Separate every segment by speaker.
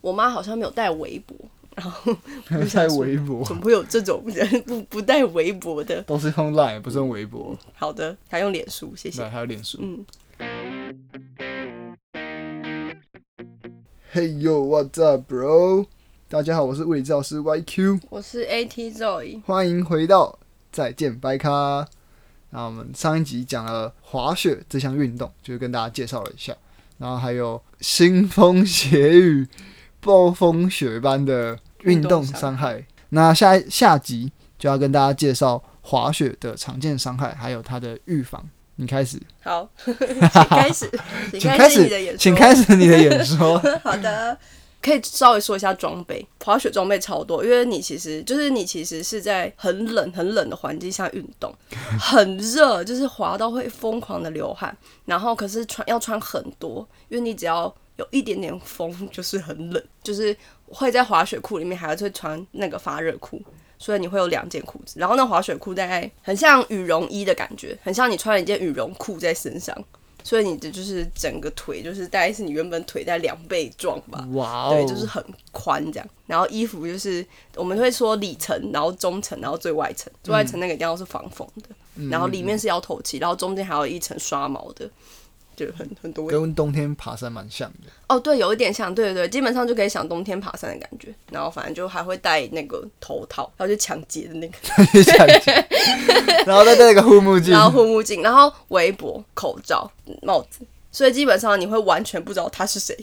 Speaker 1: 我妈好像没有带围脖，然后 我就
Speaker 2: 在
Speaker 1: 想说
Speaker 2: 微博
Speaker 1: 怎么会有这种人不不带围脖的？
Speaker 2: 都是用 Line，不是用微博。
Speaker 1: 好的，还用脸书，嗯谢谢
Speaker 2: 对，。还有脸书。
Speaker 1: 嗯，
Speaker 2: Hey yo，what's up, bro？大家好，我是物理治疗师 YQ，
Speaker 1: 我是 AT Zoe，
Speaker 2: 欢迎回到再见掰咖。那我们上一集讲了滑雪这项运动，就是跟大家介绍了一下，然后还有腥风血雨、暴风雪般的运动伤害。那下一下集就要跟大家介绍滑雪的常见伤害，还有它的预防。你开始，
Speaker 1: 好，请开始，
Speaker 2: 请
Speaker 1: 开
Speaker 2: 开
Speaker 1: 始你的演哦说。
Speaker 2: 始，请开始你的 演哦说。
Speaker 1: 好的，可以稍微说一下装备。滑雪装备超多，因为你其实就是你其实是在很冷很冷的环境下运动，很热，就是滑到会疯狂的流汗。然后可是穿要穿很多，因为你只要有一点点风就是很冷，就是会在滑雪裤里面还会穿那个发热裤。所以你会有两件裤子，然后那滑雪裤大概很像羽绒衣的感觉，很像你穿了一件羽绒裤在身上，所以你的就是整个腿就是大概是你原本腿在两倍壮吧，
Speaker 2: 哇哦，
Speaker 1: 对，就是很宽这样。然后衣服就是我们会说里层，然后中层，然后最外层。最外层那个一定要是防风的，然后里面是要透气，然后中间还有一层刷毛的，就很很多。
Speaker 2: 跟冬天爬山蛮像的。
Speaker 1: 哦，对，有一点像，对对对，基本上就可以想冬天爬山的感觉。然后反正就还会戴那个头套，然后就抢劫的那个，
Speaker 2: 去抢劫，然后再戴个护目镜
Speaker 1: 然，后护目镜，然后围脖、口罩、帽子，所以基本上你会完全不知道他是 谁。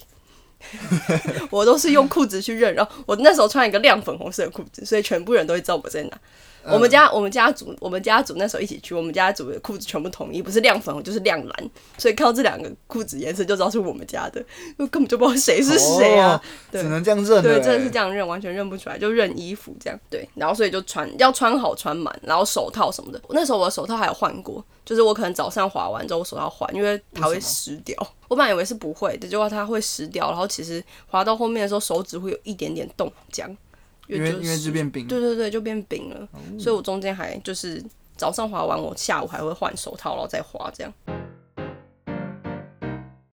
Speaker 1: 我都是用裤子去认，然后我那时候穿一个亮粉红色的裤子，所以全部人都会知道我在哪。
Speaker 2: 嗯
Speaker 1: 我们家我们家族我们家族那时候一起去，我们家族的裤子全部统一，不是亮粉红就是亮蓝，所以看到这两个裤子颜色就知道是我们家的，因为根本就不知道谁是谁啊。
Speaker 2: 哦
Speaker 1: 对
Speaker 2: 只能这样 认了
Speaker 1: 对，
Speaker 2: 欸
Speaker 1: 真的是这样认，完全认不出来，就认衣服这样。对，然后所以就穿要穿好穿满，然后手套什么的。那时候我的手套还有换过，就是我可能早上滑完之后我手套换，因为它会湿掉。我本来以为是不会的，结果它会湿掉，然后其实滑到后面的时候手指会有一点点冻僵，
Speaker 2: 因为
Speaker 1: 就
Speaker 2: 因为
Speaker 1: 湿
Speaker 2: 就变冰，哦
Speaker 1: 对对对，就变饼了。所以我中间还就是早上滑完，我下午还会换手套，然后再滑这样。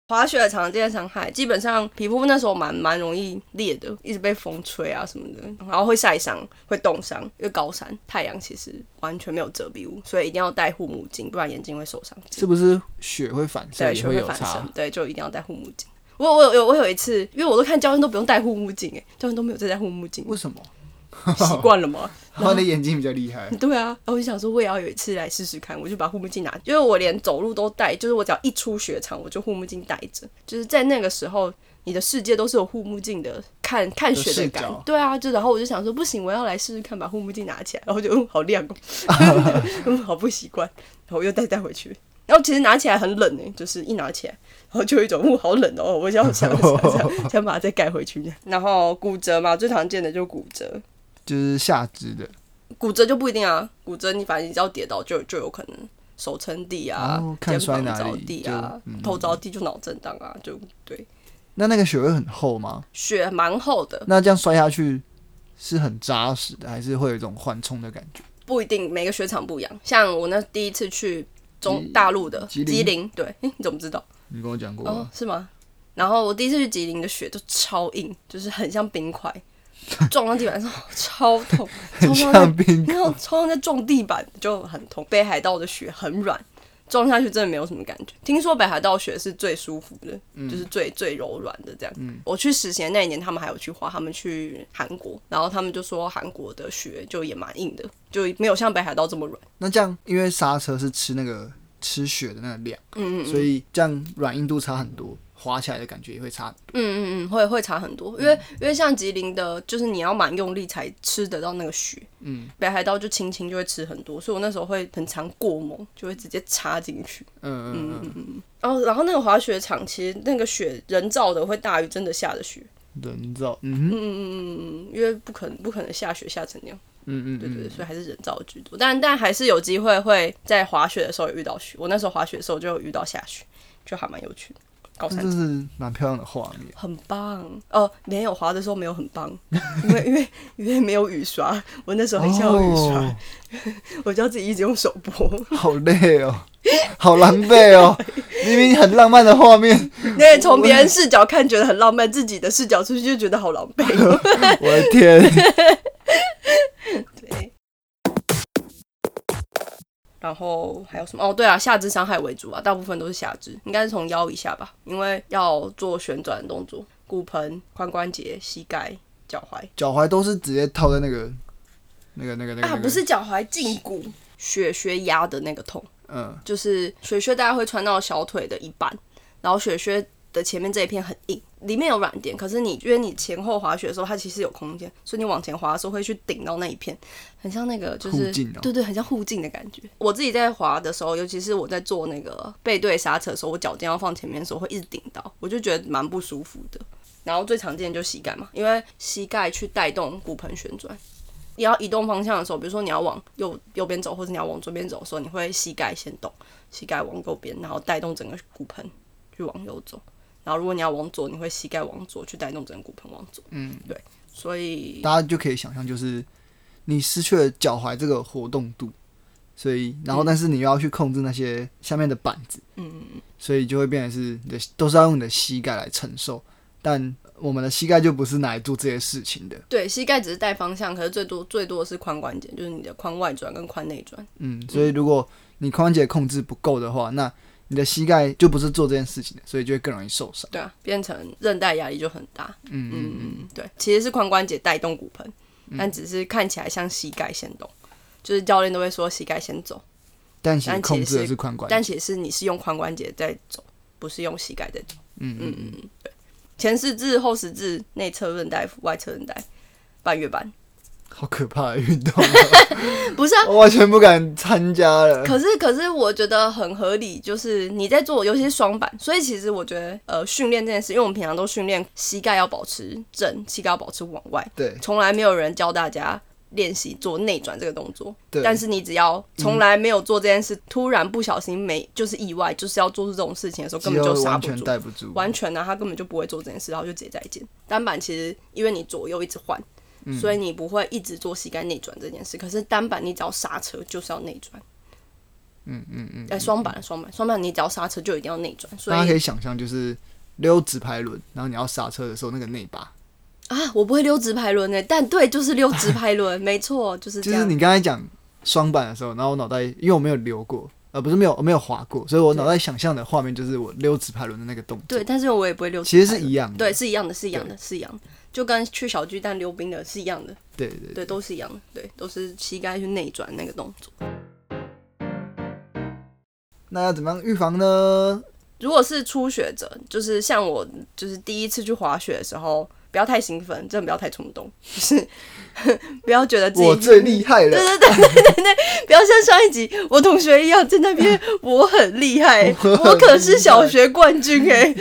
Speaker 1: 滑雪的常见伤害，基本上皮肤那时候蛮蛮容易裂的，一直被风吹啊什么的，然后会晒伤、会冻伤，因为高山太阳其实完全没有遮蔽物，所以一定要戴护目镜，不然眼睛会受伤。
Speaker 2: 是不是雪会反射
Speaker 1: 对，
Speaker 2: 也
Speaker 1: 学会
Speaker 2: 有
Speaker 1: 反
Speaker 2: 差
Speaker 1: 身？，对，就一定要戴护目镜。我我有我有一次，因为我都看教练都不用戴护目镜，哎，教练都没有在戴护目镜，
Speaker 2: 为什么？
Speaker 1: 习惯了吗？
Speaker 2: 然后你的眼睛比较厉害，
Speaker 1: 对啊，然后我就想说，我也要有一次来试试看，我就把护目镜拿，因为我连走路都戴，就是我只要一出雪场，我就护目镜戴着，就是在那个时候，你的世界都是有护目镜的，看看雪的感
Speaker 2: 有视角。
Speaker 1: 对啊，就然后我就想说，不行，我要来试试看，把护目镜拿起来，然后就嗯，好 亮哦，嗯，好不习惯，然后又带带回去。然后其实拿起来很冷呢、欸就是一拿起来，然后就有一种哦好冷哦，我想想想想想把它再盖回去。然后骨折嘛，最常见的就是骨折，
Speaker 2: 就是下肢的
Speaker 1: 骨折就不一定啊，骨折你反正你只要跌倒就就有可能手撑地啊，
Speaker 2: 哦看
Speaker 1: 肩
Speaker 2: 摔
Speaker 1: 膀
Speaker 2: 哪
Speaker 1: 着
Speaker 2: 里
Speaker 1: 地
Speaker 2: 就
Speaker 1: 啊，
Speaker 2: 嗯
Speaker 1: 头着地就脑震荡啊，就对，
Speaker 2: 那那个雪会很厚吗？
Speaker 1: 血蛮厚的，
Speaker 2: 那这样摔下去是很扎实的，还是会有一种缓冲的感觉？
Speaker 1: 不一定每个雪场不一样。像我那第一次去中大陆的
Speaker 2: 吉林
Speaker 1: 吉林，对， 诶你怎么知道？
Speaker 2: 你跟我讲过
Speaker 1: 哦
Speaker 2: 啊，，
Speaker 1: 是吗？然后我第一次去吉林的雪就超硬，就是很像冰 块，撞到地板上超痛，超
Speaker 2: 很
Speaker 1: 痛到
Speaker 2: 像冰，
Speaker 1: 然后冲上在撞地板就很痛，北海道的雪很软，撞下去真的没有什么感觉。听说北海道雪是最舒服的，就是最最柔软的这样。我去实习的那一年，他们还有去滑，他们去韩国，然后他们就说韩国的雪就也蛮硬的，就没有像北海道这么软。
Speaker 2: 那这样因为刹车是吃那个吃雪的那个量，
Speaker 1: 嗯嗯
Speaker 2: 所以这样软硬度差很多，滑起来的感觉也会差很多。
Speaker 1: 嗯嗯嗯，会会差很多，因为、因为像吉林的，就是你要蛮用力才吃得到那个雪。
Speaker 2: 嗯
Speaker 1: 北海道就轻轻就会吃很多，所以我那时候会很常过猛，就会直接插进去。
Speaker 2: 嗯嗯嗯
Speaker 1: 然哦后，然后那个滑雪场其实那个雪人造的会大于真的下的雪，
Speaker 2: 嗯，人造，嗯哼
Speaker 1: 嗯，因为不可能不可能下雪下成那样，
Speaker 2: 嗯嗯
Speaker 1: 对对对，
Speaker 2: 嗯，
Speaker 1: 所以还是人造的居多。但但还是有机会会在滑雪的时候有遇到雪，我那时候滑雪的时候就有遇到下雪，就还蛮有趣的。高
Speaker 2: 那
Speaker 1: 山
Speaker 2: 真是蛮漂亮的画面。
Speaker 1: 很棒哦，没有滑的时候没有很棒，因为因为因为没有雨刷，我那时候很想有雨刷，
Speaker 2: 哦，
Speaker 1: 我就要自己一直用手拨。
Speaker 2: 好累哦， 好狼狈哦， 明明很浪漫的画 面，
Speaker 1: 那从别人视角看觉得很浪漫，自己的视角出去就觉得好狼狈。
Speaker 2: 我的天，
Speaker 1: 对。然后还有什么？哦，对啊，下肢伤害为主啊，大部分都是下肢，应该是从腰以下吧，因为要做旋转的动作，骨盆、髋关节、膝盖、脚踝
Speaker 2: 脚踝都是直接套在那个、那个、那个、那个，
Speaker 1: 啊，不，是脚踝，胫骨、血靴压的那个痛。
Speaker 2: 嗯，
Speaker 1: 就是雪靴大概会穿到小腿的一半，然后雪靴的前面这一片很硬，里面有软垫，可是你因为你前后滑雪的时候，它其实有空间，所以你往前滑的时候会去顶到那一片，很像那个就是
Speaker 2: 护颈哦
Speaker 1: 对对，很像护颈的感觉。我自己在滑的时候，尤其是我在做那个背对刹车的时候，我脚尖要放前面的时候会一直顶到，我就觉得蛮不舒服的。然后最常见就膝盖嘛，因为膝盖去带动骨盆旋转。你要移动方向的时候，比如说你要往右右边走，或者你要往左边走的时候，你会膝盖先动，膝盖往右边，然后带动整个骨盆去往右走。然后如果你要往左，你会膝盖往左去带动整个骨盆往左。
Speaker 2: 嗯，
Speaker 1: 对，所以
Speaker 2: 大家就可以想象，就是你失去了脚踝这个活动度，所以然后但是你又要去控制那些下面的板子，
Speaker 1: 嗯，
Speaker 2: 所以就会变成是你的都是要用你的膝盖来承受，但我们的膝盖就不是拿来做这些事情的，
Speaker 1: 对，膝盖只是带方向，可是最多最多的是髋关节，就是你的髋外转跟髋内转。
Speaker 2: 嗯，所以如果你髋关节控制不够的话，那你的膝盖就不是做这件事情的，所以就会更容易受伤。
Speaker 1: 对啊，变成韧带压力就很大。
Speaker 2: 嗯嗯
Speaker 1: 嗯嗯，对，其实是髋关节带动骨盆，但只是看起来像膝盖先动，就是教练都会说膝盖先走，
Speaker 2: 但其实
Speaker 1: 但其
Speaker 2: 控制的
Speaker 1: 实
Speaker 2: 是髋关
Speaker 1: 但
Speaker 2: 节。
Speaker 1: 其实你是用髋关节在走，不是用膝盖在走。
Speaker 2: 嗯嗯嗯，
Speaker 1: 嗯，对，前十字、后十字、内侧韧带、外侧韧带、半月板，
Speaker 2: 好可怕的运动啊，
Speaker 1: 不是啊。
Speaker 2: 我完全不敢参加了。
Speaker 1: 可是，可是我觉得很合理，就是你在做，尤其是双板，所以其实我觉得，呃，训练这件事，因为我们平常都训练膝盖要保持正，膝盖要保持往外，
Speaker 2: 对
Speaker 1: 从来没有人教大家练习做内转这个动作。
Speaker 2: 对，嗯
Speaker 1: 但是你只要从来没有做这件事，突然不小心没就是意外，就是要做出这种事情的时候，根本就
Speaker 2: 肌肉
Speaker 1: 刹
Speaker 2: 完
Speaker 1: 不
Speaker 2: 全
Speaker 1: 住。
Speaker 2: 带不住，
Speaker 1: 完全呢、啊他根本就不会做这件事，然后就直接再见。单板其实因为你左右一直换，
Speaker 2: 嗯
Speaker 1: 所以你不会一直做膝盖内转这件事。可是单板你只要刹车就是要内转，
Speaker 2: 嗯嗯嗯，
Speaker 1: 哎、双板双板双板你只要刹车就一定要内转，所
Speaker 2: 大家可
Speaker 1: 以
Speaker 2: 以想象就是溜直排轮，然后你要刹车的时候那个内把，
Speaker 1: 啊，我不会溜直排轮诶、但对，就是溜直排 轮，没错，就是这
Speaker 2: 就是
Speaker 1: 样。
Speaker 2: 你刚才讲双板的时候，然后我脑袋因为我没有溜过，呃，不是没有我没有滑过，所以我脑袋想象的画面就是我溜直排轮的那个动作，
Speaker 1: 对，，但是我也不会溜直
Speaker 2: 其
Speaker 1: 排
Speaker 2: 实
Speaker 1: 轮，
Speaker 2: 是一样的，
Speaker 1: 对，是一样的，是一样的，是一样的，就跟去小巨蛋溜冰的是一样的。
Speaker 2: 对对对，
Speaker 1: 对，都是一样的，对，都是膝盖去内转那个动作。
Speaker 2: 那要怎么样预防呢？
Speaker 1: 如果是初学者，就是像我，就是第一次去滑雪的时候，不要太兴奋，真的不要太冲动，就是不要觉得自己
Speaker 2: 我最厉害了，
Speaker 1: 对对对对对对，不要像上一集我同学一样在那边我很厉害，
Speaker 2: 我很
Speaker 1: 我可是小学冠军哎、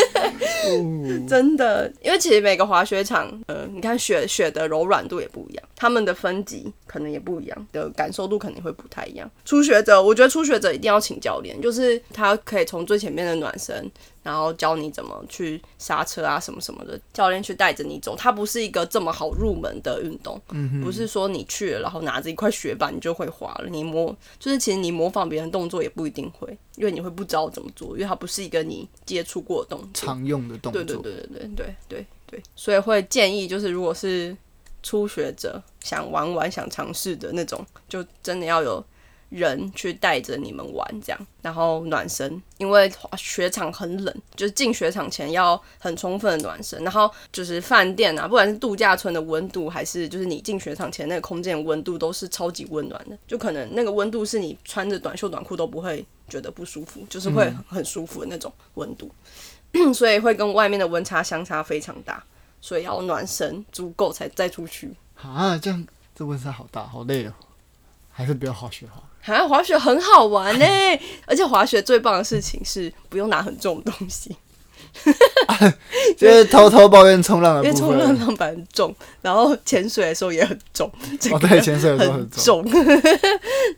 Speaker 2: 哦
Speaker 1: 真的，因为其实每个滑雪场，呃，你看雪雪的柔软度也不一样，他们的分级可能也不一样，的感受度肯定会不太一样。初学者，我觉得初学者一定要请教练，就是他可以从最前面的暖身，然后教你怎么去刹车啊什么什么的，教练去带着你走。它不是一个这么好入门的运动，
Speaker 2: 嗯哼
Speaker 1: 不是说你去了然后拿着一块雪板你就会滑了，你模就是其实你模仿别人动作也不一定会，因为你会不知道怎么做，因为它不是一个你接触过的动作。
Speaker 2: 常用的动
Speaker 1: 对对
Speaker 2: 作，
Speaker 1: 对对对对对对，所以会建议就是，如果是初学者想玩玩、想尝试的那种，就真的要有人去带着你们玩这样，然后暖身，因为滑雪场很冷，就是进雪场前要很充分的暖身，然后就是饭店啊，不管是度假村的温度，还是就是你进雪场前那个空间的温度，都是超级温暖的，就可能那个温度是你穿着短袖短裤都不会觉得不舒服，就是会很舒服
Speaker 2: 嗯
Speaker 1: 的那种温度。所以会跟外面的温差相差非常大，所以要暖身足够才再出去。
Speaker 2: 啊，这样这温差好大，好累哦，还是不要滑雪好了。
Speaker 1: 啊，滑 雪很好玩呢、而且滑雪最棒的事情是不用拿很重的东西，
Speaker 2: 就是偷偷抱怨冲浪的
Speaker 1: 因为
Speaker 2: 部
Speaker 1: 冲浪
Speaker 2: 分。
Speaker 1: 浪板很重，然后潜水的时候也很重，这
Speaker 2: 哦，
Speaker 1: 个
Speaker 2: 对，潜水的时候
Speaker 1: 很
Speaker 2: 很重。
Speaker 1: 重。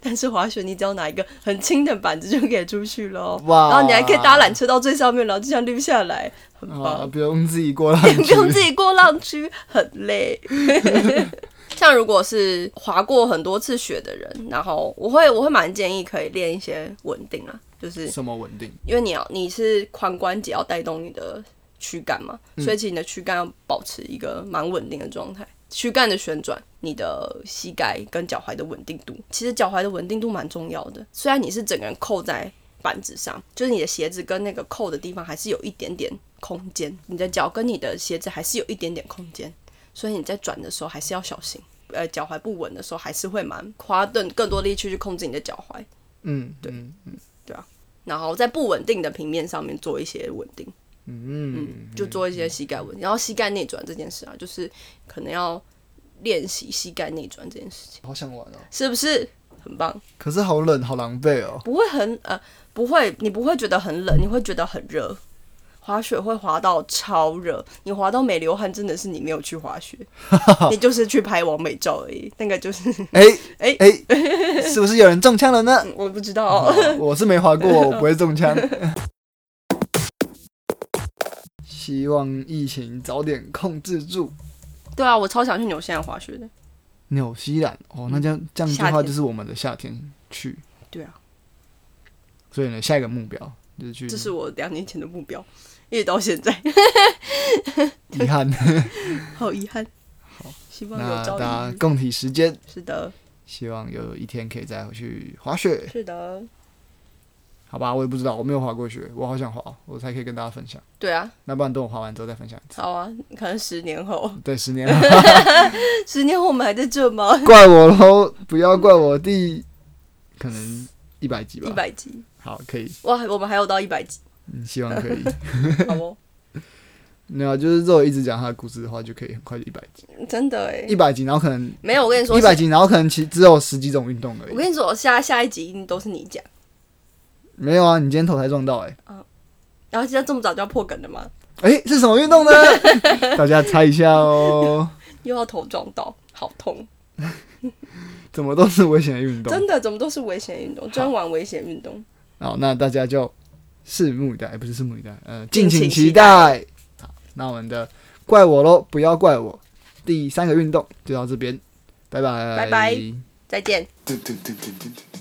Speaker 1: 但是滑雪，你只要拿一个很轻的板子就可以出去喽。
Speaker 2: 哇
Speaker 1: 然后你还可以搭缆车到最上面，然后就这样溜下来，很
Speaker 2: 啊，
Speaker 1: 棒。
Speaker 2: 不用自己过浪
Speaker 1: 也不用
Speaker 2: 去
Speaker 1: 自己过浪区， 很累。像如果是滑过很多次雪的人，然后我会我会蛮建议可以练一些稳定啊，就是
Speaker 2: 什么稳定？
Speaker 1: 因为你要你是髋关节要带动你的躯干嘛，所以其实你的躯干要保持一个蛮稳定的状态。躯干的旋转，你的膝盖跟脚踝的稳定度，其实脚踝的稳定度蛮重要的。虽然你是整个人扣在板子上，就是你的鞋子跟那个扣的地方还是有一点点空间，你的脚跟你的鞋子还是有一点点空间，所以你在转的时候还是要小心。呃，脚踝不稳的时候，还是会蛮花更更多力气去控制你的脚踝。
Speaker 2: 嗯，对，
Speaker 1: 然后在不稳定的平面上面做一些稳定，
Speaker 2: 嗯，
Speaker 1: 就做一些膝盖稳定，然后膝盖内转这件事啊，就是可能要练习膝盖内转这件事情，
Speaker 2: 好想玩哦。
Speaker 1: 是不是很棒？
Speaker 2: 可是好冷，好狼狈哦。
Speaker 1: 不会很呃，不会，你不会觉得很冷，你会觉得很热。滑雪会滑到超热，你滑到没流汗，真的是你没有去滑 雪，你就是去拍完美照而已。那个就是
Speaker 2: 哎
Speaker 1: 哎
Speaker 2: 哎，是不是有人中枪了 呢？
Speaker 1: 我不知道，
Speaker 2: 我是没滑过，我不会 中枪。希望疫情早点控制住。
Speaker 1: 对啊，我超想去纽西兰滑雪的。
Speaker 2: 纽西兰哦，那这样这样
Speaker 1: 嗯夏
Speaker 2: 的话
Speaker 1: 天
Speaker 2: 就是我们的夏天去。
Speaker 1: 对啊，
Speaker 2: 所以呢，下一个目标就是去。
Speaker 1: 这是我两年前的目标，一直到现在。
Speaker 2: 遗憾，
Speaker 1: 好遗憾。希望
Speaker 2: 那
Speaker 1: 有
Speaker 2: 大
Speaker 1: 朝
Speaker 2: 家
Speaker 1: 一日。
Speaker 2: 共体时间，
Speaker 1: 是的，
Speaker 2: 希望有一天可以再回去滑雪，
Speaker 1: 是 的。
Speaker 2: 好吧？我也不知道，我没有滑过雪，我好想滑，哦我才可以跟大家分享。
Speaker 1: 对啊，
Speaker 2: 那不然等我滑完之后再分享一次。
Speaker 1: 好啊，可能十年后，
Speaker 2: 对，十年了，
Speaker 1: 十年后我们还在这吗？
Speaker 2: 怪我喽，不要怪我第可能一百集
Speaker 1: 一
Speaker 2: 吧。
Speaker 1: 百集，
Speaker 2: 好，可以，
Speaker 1: 哇，我们还有到一百 集，
Speaker 2: 嗯，希望可以。
Speaker 1: 好哦，
Speaker 2: 没有，啊就是如果一直讲他的故事的话，就可以很快就一百集，
Speaker 1: 真的哎
Speaker 2: 一，百集，然后可能
Speaker 1: 没有，我跟你说，
Speaker 2: 一百集，然后可能其实只有十几种运动而
Speaker 1: 我
Speaker 2: 已。
Speaker 1: 跟你说，下下一集一定都是你讲，
Speaker 2: 没有啊，你今天头才撞到哎、
Speaker 1: 然后现在这么早就要破梗了吗？
Speaker 2: 欸，哎、是什么运动呢？ 大家猜一下哦。
Speaker 1: 又要头撞到，好痛！
Speaker 2: 怎么都是危险的运动。
Speaker 1: 真的，怎么都是危险运动，专玩危险运动。
Speaker 2: 好，那大家就拭目以待，不是拭目以待，呃，
Speaker 1: 敬请
Speaker 2: 敬请
Speaker 1: 期
Speaker 2: 期待。好，那我们的怪我喽，不要怪我。第三个运动就到这边，拜拜，
Speaker 1: 拜拜再见。
Speaker 2: 拜。